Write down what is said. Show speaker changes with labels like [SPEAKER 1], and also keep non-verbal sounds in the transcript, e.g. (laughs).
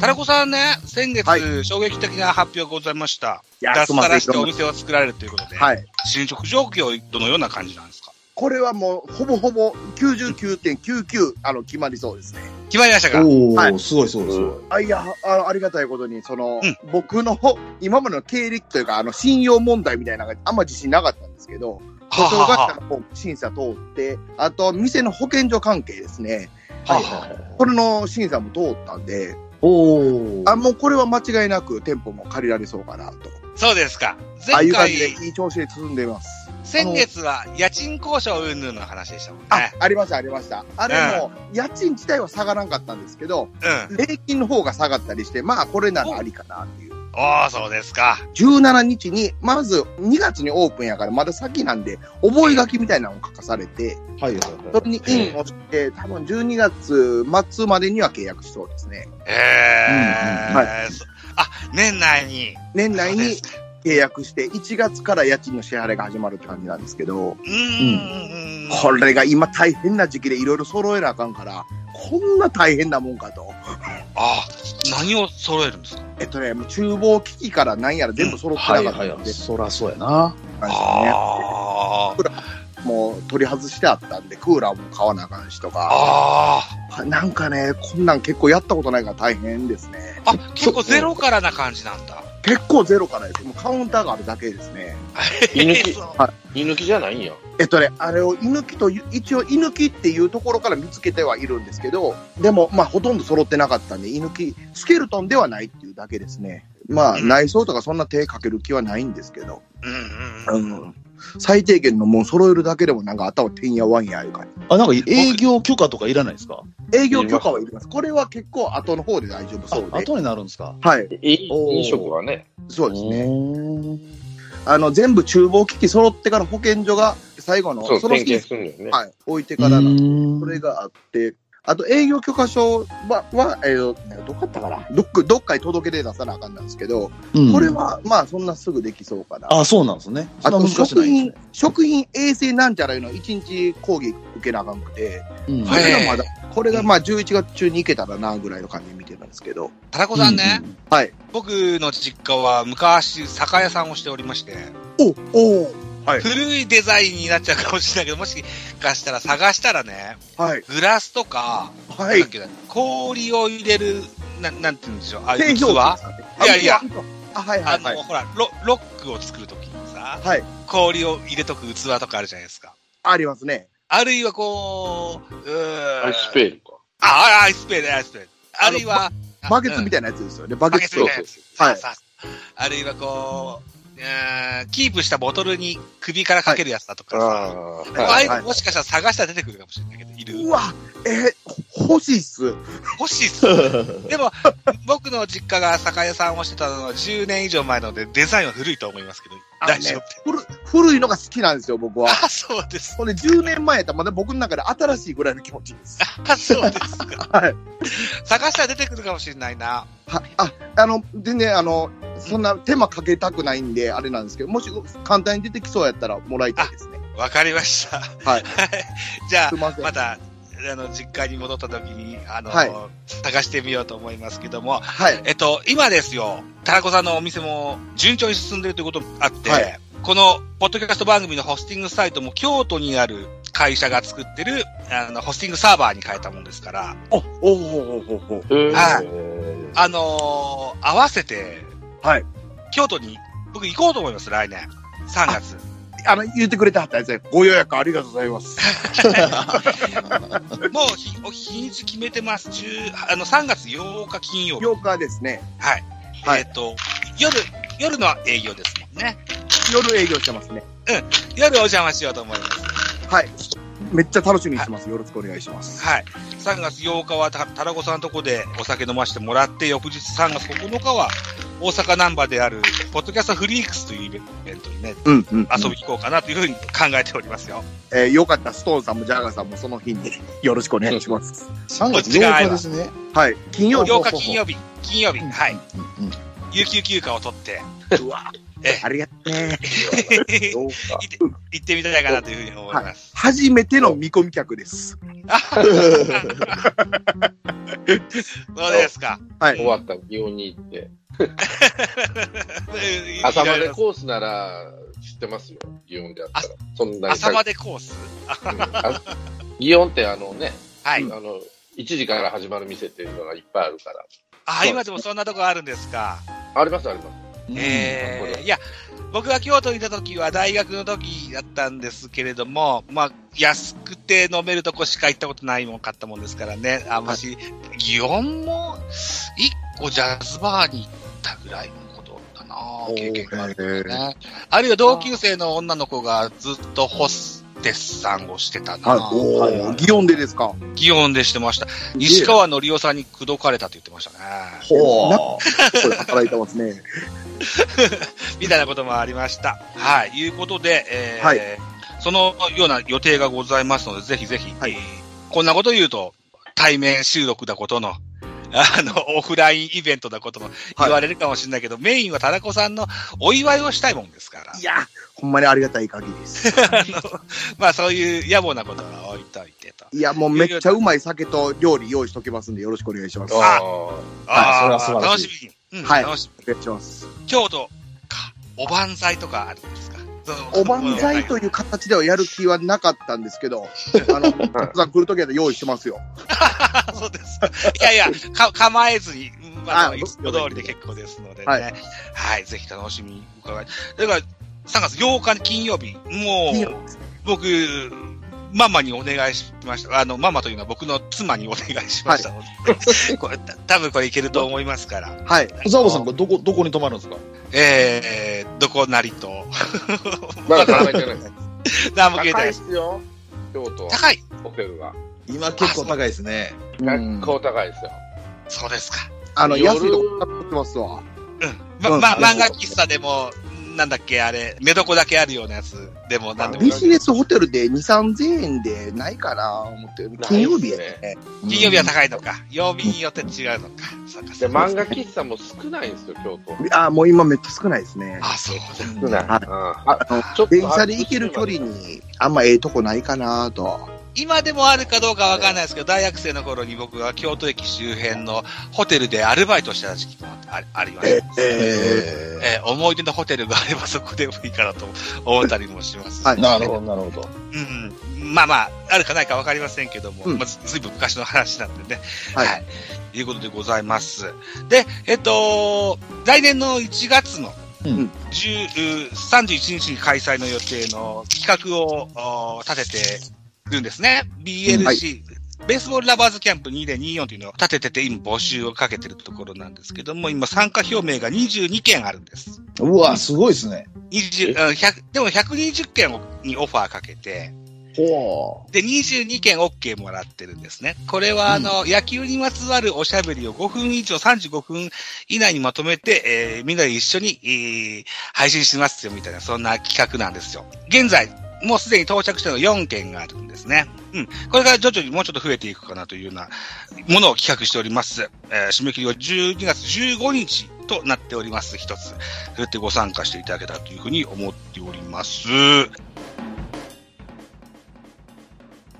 [SPEAKER 1] タラコさんね、先月、
[SPEAKER 2] はい
[SPEAKER 1] 衝撃的な発表がございました。
[SPEAKER 2] いや
[SPEAKER 1] 脱サラして
[SPEAKER 2] すいません
[SPEAKER 1] お店を作られるということで、
[SPEAKER 2] はい。
[SPEAKER 1] 進捗状況、どのような感じなんですか
[SPEAKER 2] これはもう、ほぼほぼ99.99、あの、決まりそうですね。
[SPEAKER 1] 決まりましたか
[SPEAKER 3] おお、
[SPEAKER 2] はい
[SPEAKER 3] すごいすごいすごい。
[SPEAKER 2] あ、いや、あありがたいことに、その、
[SPEAKER 1] うん
[SPEAKER 2] 僕の今までの経歴というか、あの、信用問題みたいなのがあんま自信なかったんですけど、保証会社の方審査通って、あと、店の保健所関係ですね。
[SPEAKER 1] はあ
[SPEAKER 3] は
[SPEAKER 1] はあ
[SPEAKER 3] いはいはい
[SPEAKER 2] これの審査も通ったんで、
[SPEAKER 3] おお。
[SPEAKER 2] あ、もうこれは間違いなく店舗も借りられそうかなと。
[SPEAKER 1] そうですか。
[SPEAKER 2] ああ
[SPEAKER 1] 前
[SPEAKER 2] いう感
[SPEAKER 1] 回
[SPEAKER 2] じ、で、いい調子で進んでいます。
[SPEAKER 1] 先月は家賃交渉云々の話でしたもん
[SPEAKER 2] あ
[SPEAKER 1] ね。、
[SPEAKER 2] ありました、ありました。あれも、家賃自体は下がらんかったんですけど、
[SPEAKER 1] うん。
[SPEAKER 2] 礼金の方が下がったりして、まあ、これならありかなっていう。
[SPEAKER 1] おお、そうですか。
[SPEAKER 2] 17日に、まず2月にオープンやから、まだ先なんで、覚書きみたいなのを書かされて、
[SPEAKER 3] はいはいはい。
[SPEAKER 2] それにインをして、多分12月末までには契約しそうですね。
[SPEAKER 1] え
[SPEAKER 2] うんうん
[SPEAKER 1] え。そあ、年内に。
[SPEAKER 2] 年内
[SPEAKER 1] そうで
[SPEAKER 2] に
[SPEAKER 1] すか
[SPEAKER 2] 契約して、1月から家賃の支払いが始まるって感じなんですけど、
[SPEAKER 1] うーん。
[SPEAKER 2] これが今大変な時期でいろいろ揃えなあかんから、こんな大変なもんかと。
[SPEAKER 1] あ、何を揃えるんですか
[SPEAKER 2] えっとね、もう厨房機器から何やら全部揃って
[SPEAKER 3] は
[SPEAKER 2] ないか
[SPEAKER 3] は
[SPEAKER 2] っ
[SPEAKER 3] い
[SPEAKER 2] た
[SPEAKER 3] は
[SPEAKER 2] ん
[SPEAKER 3] い。
[SPEAKER 2] で、
[SPEAKER 3] そらそうや (laughs) な。
[SPEAKER 2] なんか
[SPEAKER 1] あー
[SPEAKER 2] ね、もう取り外してあったんで、クーラーも買わなあかんしとか、
[SPEAKER 1] あ
[SPEAKER 2] なんかね、こんなん結構やったことないから大変ですね。
[SPEAKER 1] ー。あ、結構ゼロからな感じなんだ。
[SPEAKER 2] 結構ゼロからです。もうカウンターがあるだけですね。
[SPEAKER 4] 居抜き
[SPEAKER 1] そう
[SPEAKER 4] 居抜きじゃないんや。
[SPEAKER 2] えっとね、あれを居抜きという、一応居抜きっていうところから見つけてはいるんですけど、でも、まあ、ほとんど揃ってなかったんで、居抜き、スケルトンではないっていうだけですね。まあ、
[SPEAKER 1] うん
[SPEAKER 2] 内装とかそんな手かける気はないんですけど、
[SPEAKER 1] うん
[SPEAKER 2] う
[SPEAKER 1] うんうん。
[SPEAKER 2] ん。最低限のもう揃えるだけでもなんか頭てんやわんやいう感
[SPEAKER 3] あ、なんか営業許可とかいらないですか
[SPEAKER 2] じ。営業許可はいります。これは結構後の方で大丈夫そう
[SPEAKER 3] あ、
[SPEAKER 2] で。
[SPEAKER 3] 後になるんですか
[SPEAKER 2] はい、
[SPEAKER 4] い
[SPEAKER 3] おー
[SPEAKER 4] 飲食はね。
[SPEAKER 2] そうですね。
[SPEAKER 3] ね。
[SPEAKER 2] あの、全部厨房機器揃ってから保健所が最後の、
[SPEAKER 4] そう、
[SPEAKER 2] の
[SPEAKER 4] 点検するんだよね。
[SPEAKER 2] はい、置いて
[SPEAKER 3] だ
[SPEAKER 2] からなんでそ
[SPEAKER 3] そ
[SPEAKER 2] れがあって、あと営業許可証は、はえーどこだったかなどっかどっかに届け出出さなあかんなんですけど、これ。は、まあ、そんなすぐできそうかな。
[SPEAKER 3] あ、そうなんですね。
[SPEAKER 2] あ
[SPEAKER 3] そん
[SPEAKER 2] と
[SPEAKER 3] な難し
[SPEAKER 2] 食
[SPEAKER 3] ないん
[SPEAKER 2] 品
[SPEAKER 3] で、
[SPEAKER 2] 食品衛生なんちゃらいうの1日講義受けなあかんくて、
[SPEAKER 3] すね。
[SPEAKER 2] これがまだ
[SPEAKER 1] へ、
[SPEAKER 2] これがまあ11月中に行けたらなぐらいの感じで見てるんですけど、
[SPEAKER 1] タラコさんね、
[SPEAKER 2] はい。
[SPEAKER 1] 僕の実家は昔酒屋さんをしておりまして、
[SPEAKER 2] おおはい。
[SPEAKER 1] 古いデザインになっちゃうかもしれないけど、もしかしたら探したらね、
[SPEAKER 2] はい。
[SPEAKER 1] グラスとか、
[SPEAKER 2] は
[SPEAKER 1] ないん。だっけ氷を入れる、ななんて言うんでしょう、ああい
[SPEAKER 2] 製
[SPEAKER 1] う器
[SPEAKER 2] 氷
[SPEAKER 1] あ
[SPEAKER 2] あ
[SPEAKER 1] いやいや。
[SPEAKER 2] あ、はいはい
[SPEAKER 1] の、
[SPEAKER 2] はい。
[SPEAKER 1] ほらロ、ロックを作るときにさ、
[SPEAKER 2] はい。
[SPEAKER 1] 氷を入れとく器とかあるじゃないですか。
[SPEAKER 2] ありますね。
[SPEAKER 1] あるいはこう、うー
[SPEAKER 4] アイスペールか。
[SPEAKER 1] あ、あアイスペール、アイスペール。あるいは、
[SPEAKER 2] バケツみ
[SPEAKER 1] い
[SPEAKER 2] たいなやつですよね。バ
[SPEAKER 1] バ
[SPEAKER 2] ケ
[SPEAKER 1] ケツ
[SPEAKER 2] ツ
[SPEAKER 1] み
[SPEAKER 2] と
[SPEAKER 1] たいなやつ。
[SPEAKER 2] はい
[SPEAKER 1] そうそうあるいはこう、えーキープしたボトルに首からかけるやつだとかさ、
[SPEAKER 4] ああー、
[SPEAKER 1] ああ
[SPEAKER 4] はいい。
[SPEAKER 1] うのもしかしたら探したら出てくるかもしれないけど、いる。
[SPEAKER 2] うわ、えー、欲しいっす。
[SPEAKER 1] 欲しいっす。でも、僕の実家が酒屋さんをしてたのは10年以上前なので、デザインは古いと思いますけど、
[SPEAKER 2] あのね
[SPEAKER 1] 大丈夫って。
[SPEAKER 2] 古古いのが好きなんですよ、僕は。
[SPEAKER 1] あ、そうです。
[SPEAKER 2] これ10年前やったらまだ僕の中で新しいぐらいの気持ちです。
[SPEAKER 1] あ、そうですか。
[SPEAKER 2] (laughs) はい。
[SPEAKER 1] 探したら出てくるかもしれないな。
[SPEAKER 2] はあ、あの、全然、あの、そんな手間かけたくないんで、あれなんですけど、もし簡単に出てきそうやったらもらいたいですね。
[SPEAKER 1] わかりました。
[SPEAKER 2] はい。
[SPEAKER 1] じゃあ
[SPEAKER 2] す、いません。
[SPEAKER 1] また、あの、実家に戻った時に、あの、
[SPEAKER 2] はい
[SPEAKER 1] 探してみようと思いますけども、
[SPEAKER 2] はい。
[SPEAKER 1] えっと、今ですよ、タラコさんのお店も順調に進んでいるということもあって、
[SPEAKER 2] はい
[SPEAKER 1] この、ポッドキャスト番組のホスティングサイトも京都にある会社が作ってる、あの、ホスティングサーバーに変えたものですから、
[SPEAKER 2] お、おおおおお
[SPEAKER 4] へー
[SPEAKER 1] はいあのー合わせて、
[SPEAKER 2] はい。
[SPEAKER 1] 京都に、僕行こうと思います、来年。3月。
[SPEAKER 2] (laughs) あの、言ってくれたはったやつねご予約ありがとうございます。
[SPEAKER 1] もう日、お日にち決めてます。10あの、3月8日金曜日。
[SPEAKER 2] 8日ですね。
[SPEAKER 1] はい。
[SPEAKER 2] はい
[SPEAKER 1] えっ、と、夜、夜の営業ですもんね。
[SPEAKER 2] 夜営業してますね。
[SPEAKER 1] 夜お邪魔しようと思います。
[SPEAKER 2] はい。めっちゃ楽しみにしてます。よろしくお願いします。
[SPEAKER 1] はい。3月8日はた、タラコさんのとこでお酒飲ましてもらって、翌日3月9日は、大阪ナンバーである、ポッドキャストフリークスというイベントにね、
[SPEAKER 2] うんうん。
[SPEAKER 1] 遊びに行こうかなというふうに考えておりますよ。
[SPEAKER 2] えーよかったらストーンさんもジャガーさんもその日に (laughs) よろしくお願いします。
[SPEAKER 3] 3月8日ですね。
[SPEAKER 2] はい。金曜
[SPEAKER 1] 8
[SPEAKER 2] 日。
[SPEAKER 1] 日金曜日、金曜日、はい。
[SPEAKER 3] うんうん。
[SPEAKER 1] 有給休暇を取って、
[SPEAKER 2] うわ
[SPEAKER 1] え
[SPEAKER 2] ありがとうね。
[SPEAKER 1] え、
[SPEAKER 4] どうか。
[SPEAKER 1] (laughs) 行ってみたいかなというふうに思います。
[SPEAKER 2] 初めての見込み客です。
[SPEAKER 1] (laughs) そうですか。
[SPEAKER 2] は
[SPEAKER 4] 終
[SPEAKER 2] い。
[SPEAKER 4] わったら祇園に行って。
[SPEAKER 1] えー
[SPEAKER 4] 朝ま
[SPEAKER 1] いろい
[SPEAKER 4] で
[SPEAKER 1] ろ
[SPEAKER 4] コースなら知ってますよ、祇園であったら。そんなに
[SPEAKER 1] 朝までコース
[SPEAKER 4] うんあ祇園ってあのね、
[SPEAKER 1] はい。
[SPEAKER 4] あの、1時から始まる店っていうのがいっぱいあるから。
[SPEAKER 1] あ、今でもそんなとこあるんですか。
[SPEAKER 4] ありますあります。
[SPEAKER 1] え
[SPEAKER 4] こ
[SPEAKER 1] ー
[SPEAKER 4] れ
[SPEAKER 1] いや、僕が京都にいた時は大学の時だったんですけれども、まあ、安くて飲めるとこしか行ったことないもん買ったもんですからね、あんまし、祇園も一個ジャズバーに行ったぐらいのことだな
[SPEAKER 2] おー
[SPEAKER 1] 経験がある
[SPEAKER 2] へ
[SPEAKER 1] からね。あるいは同級生の女の子がずっとホステスさんをしてたな
[SPEAKER 2] はい。お
[SPEAKER 3] はいはい
[SPEAKER 2] ー、祇園でですか。
[SPEAKER 1] 祇園でしてました。西川のりおさんに口説かれたと言ってましたね。
[SPEAKER 2] こ
[SPEAKER 3] ほ
[SPEAKER 2] れ働いてますね。
[SPEAKER 1] みたいなこともありました。はい。いうことで、えー
[SPEAKER 2] はい
[SPEAKER 1] そのような予定がございますので、ぜひぜひ、
[SPEAKER 2] はい
[SPEAKER 1] えーこんなこと言うと、対面収録だことの、あの、 (laughs) オフラインイベントだことの言われるかもしれないけど、メインはタラコさんのお祝いをしたいもんですから
[SPEAKER 2] い、や、ほんまにありがたい限りです。
[SPEAKER 1] あの、まあそういう野暮なことは置いといてと。
[SPEAKER 2] いや、もうめっちゃうまい酒と料理用意しときますんで、よろしくお願いします。
[SPEAKER 1] あ
[SPEAKER 3] はい
[SPEAKER 1] あー
[SPEAKER 3] それは素晴ら
[SPEAKER 1] 楽
[SPEAKER 3] しい
[SPEAKER 1] しみに。うん、
[SPEAKER 2] はい
[SPEAKER 1] 楽しみ。
[SPEAKER 2] お願いします。
[SPEAKER 1] 京都か、おばんざいとかあるんですかその
[SPEAKER 2] おばんざいという形ではやる気はなかったんですけ (laughs) ど、あの、たくさん来るときは用意してますよ。
[SPEAKER 1] あ (laughs) そうですか。いやいや、か、構えずに、うんまあ、
[SPEAKER 2] あ
[SPEAKER 1] いつも通りで結構ですのでね。は
[SPEAKER 2] はいい。
[SPEAKER 1] ぜひ楽しみに伺い。だから、3月8日の金曜日、
[SPEAKER 2] 金
[SPEAKER 1] も
[SPEAKER 2] 曜
[SPEAKER 1] う、僕、ママにお願いしました。あの、ママというのは僕の妻にお願いしましたので、 (laughs) これた多分これいけると思いますから、
[SPEAKER 2] はい。
[SPEAKER 3] う。ザボさん、これどこ、どこに泊まるんですか
[SPEAKER 1] えー、どこなり (laughs) と、
[SPEAKER 4] まだ考えてないです。
[SPEAKER 1] 何も
[SPEAKER 4] 高
[SPEAKER 1] 聞いてないい
[SPEAKER 4] で
[SPEAKER 1] です。
[SPEAKER 4] すよ、京都は
[SPEAKER 1] 高い
[SPEAKER 4] ホテルが。
[SPEAKER 3] 今結構高いですね。
[SPEAKER 4] 結構高いですよ。
[SPEAKER 1] そうですか。
[SPEAKER 2] あの、
[SPEAKER 4] 夜
[SPEAKER 2] 安いとこ買ってますわ。
[SPEAKER 1] ま、
[SPEAKER 2] うん
[SPEAKER 1] ま、
[SPEAKER 2] そうそう
[SPEAKER 1] 漫画喫茶でも、なんだっけ、あれ、寝床だけあるようなやつでも、なんでも
[SPEAKER 2] ビジネスホテルで2、3000円でないかな、思って。金曜日やね。
[SPEAKER 1] 金曜日は高いのか、曜日によって違うのか、そうか、
[SPEAKER 4] で、
[SPEAKER 1] そうか。
[SPEAKER 4] 漫画喫茶も少ないんですよ、京都。
[SPEAKER 2] あーもう今めっちゃ少ないですね。
[SPEAKER 1] あ、そうだ。
[SPEAKER 4] 少ない。
[SPEAKER 2] はい
[SPEAKER 4] あ
[SPEAKER 2] あの
[SPEAKER 4] ちょっと
[SPEAKER 2] 電車で行ける距離にあんまええとこないかなと。
[SPEAKER 1] 今でもあるかどうかわかんないですけど、大学生の頃に僕は京都駅周辺のホテルでアルバイトしてた時期もあありました。
[SPEAKER 2] え
[SPEAKER 1] えー思い出のホテルがあればそこでもいいかなと思ったりもします。
[SPEAKER 2] はい
[SPEAKER 3] なるほど、なるほど。
[SPEAKER 1] うん。まあまあ、あるかないかわかりませんけども、
[SPEAKER 2] うん
[SPEAKER 1] まあ、ずずいぶん昔の話なんでね。
[SPEAKER 2] はい
[SPEAKER 1] い。いうことでございます。で、えっと、来年の1月の、
[SPEAKER 3] うん
[SPEAKER 1] 10 31日に開催の予定の企画をおー立ててるんですね。BLC、
[SPEAKER 2] うんはい
[SPEAKER 1] ベースボールラバーズキャンプ2024というのを立ててて、今募集をかけてるところなんですけども、今参加表明が22件あるんです。
[SPEAKER 3] うわ、すごいですね。
[SPEAKER 1] 20、うん100でも120件をにオファーかけて、
[SPEAKER 3] ほ
[SPEAKER 1] で、22件 OK もらってるんですね。これは、あの、野球にまつわるおしゃべりを5分以上、35分以内にまとめて、えーみんなで一緒に、えー配信しますよ、みたいな、そんな企画なんですよ。現在、もうすでに到着したのが4件があるんですね。うん。これから徐々にもうちょっと増えていくかなというようなものを企画しております。えー締め切りは12月15日となっております。一つ。そうやってご参加していただけたらというふうに思っております。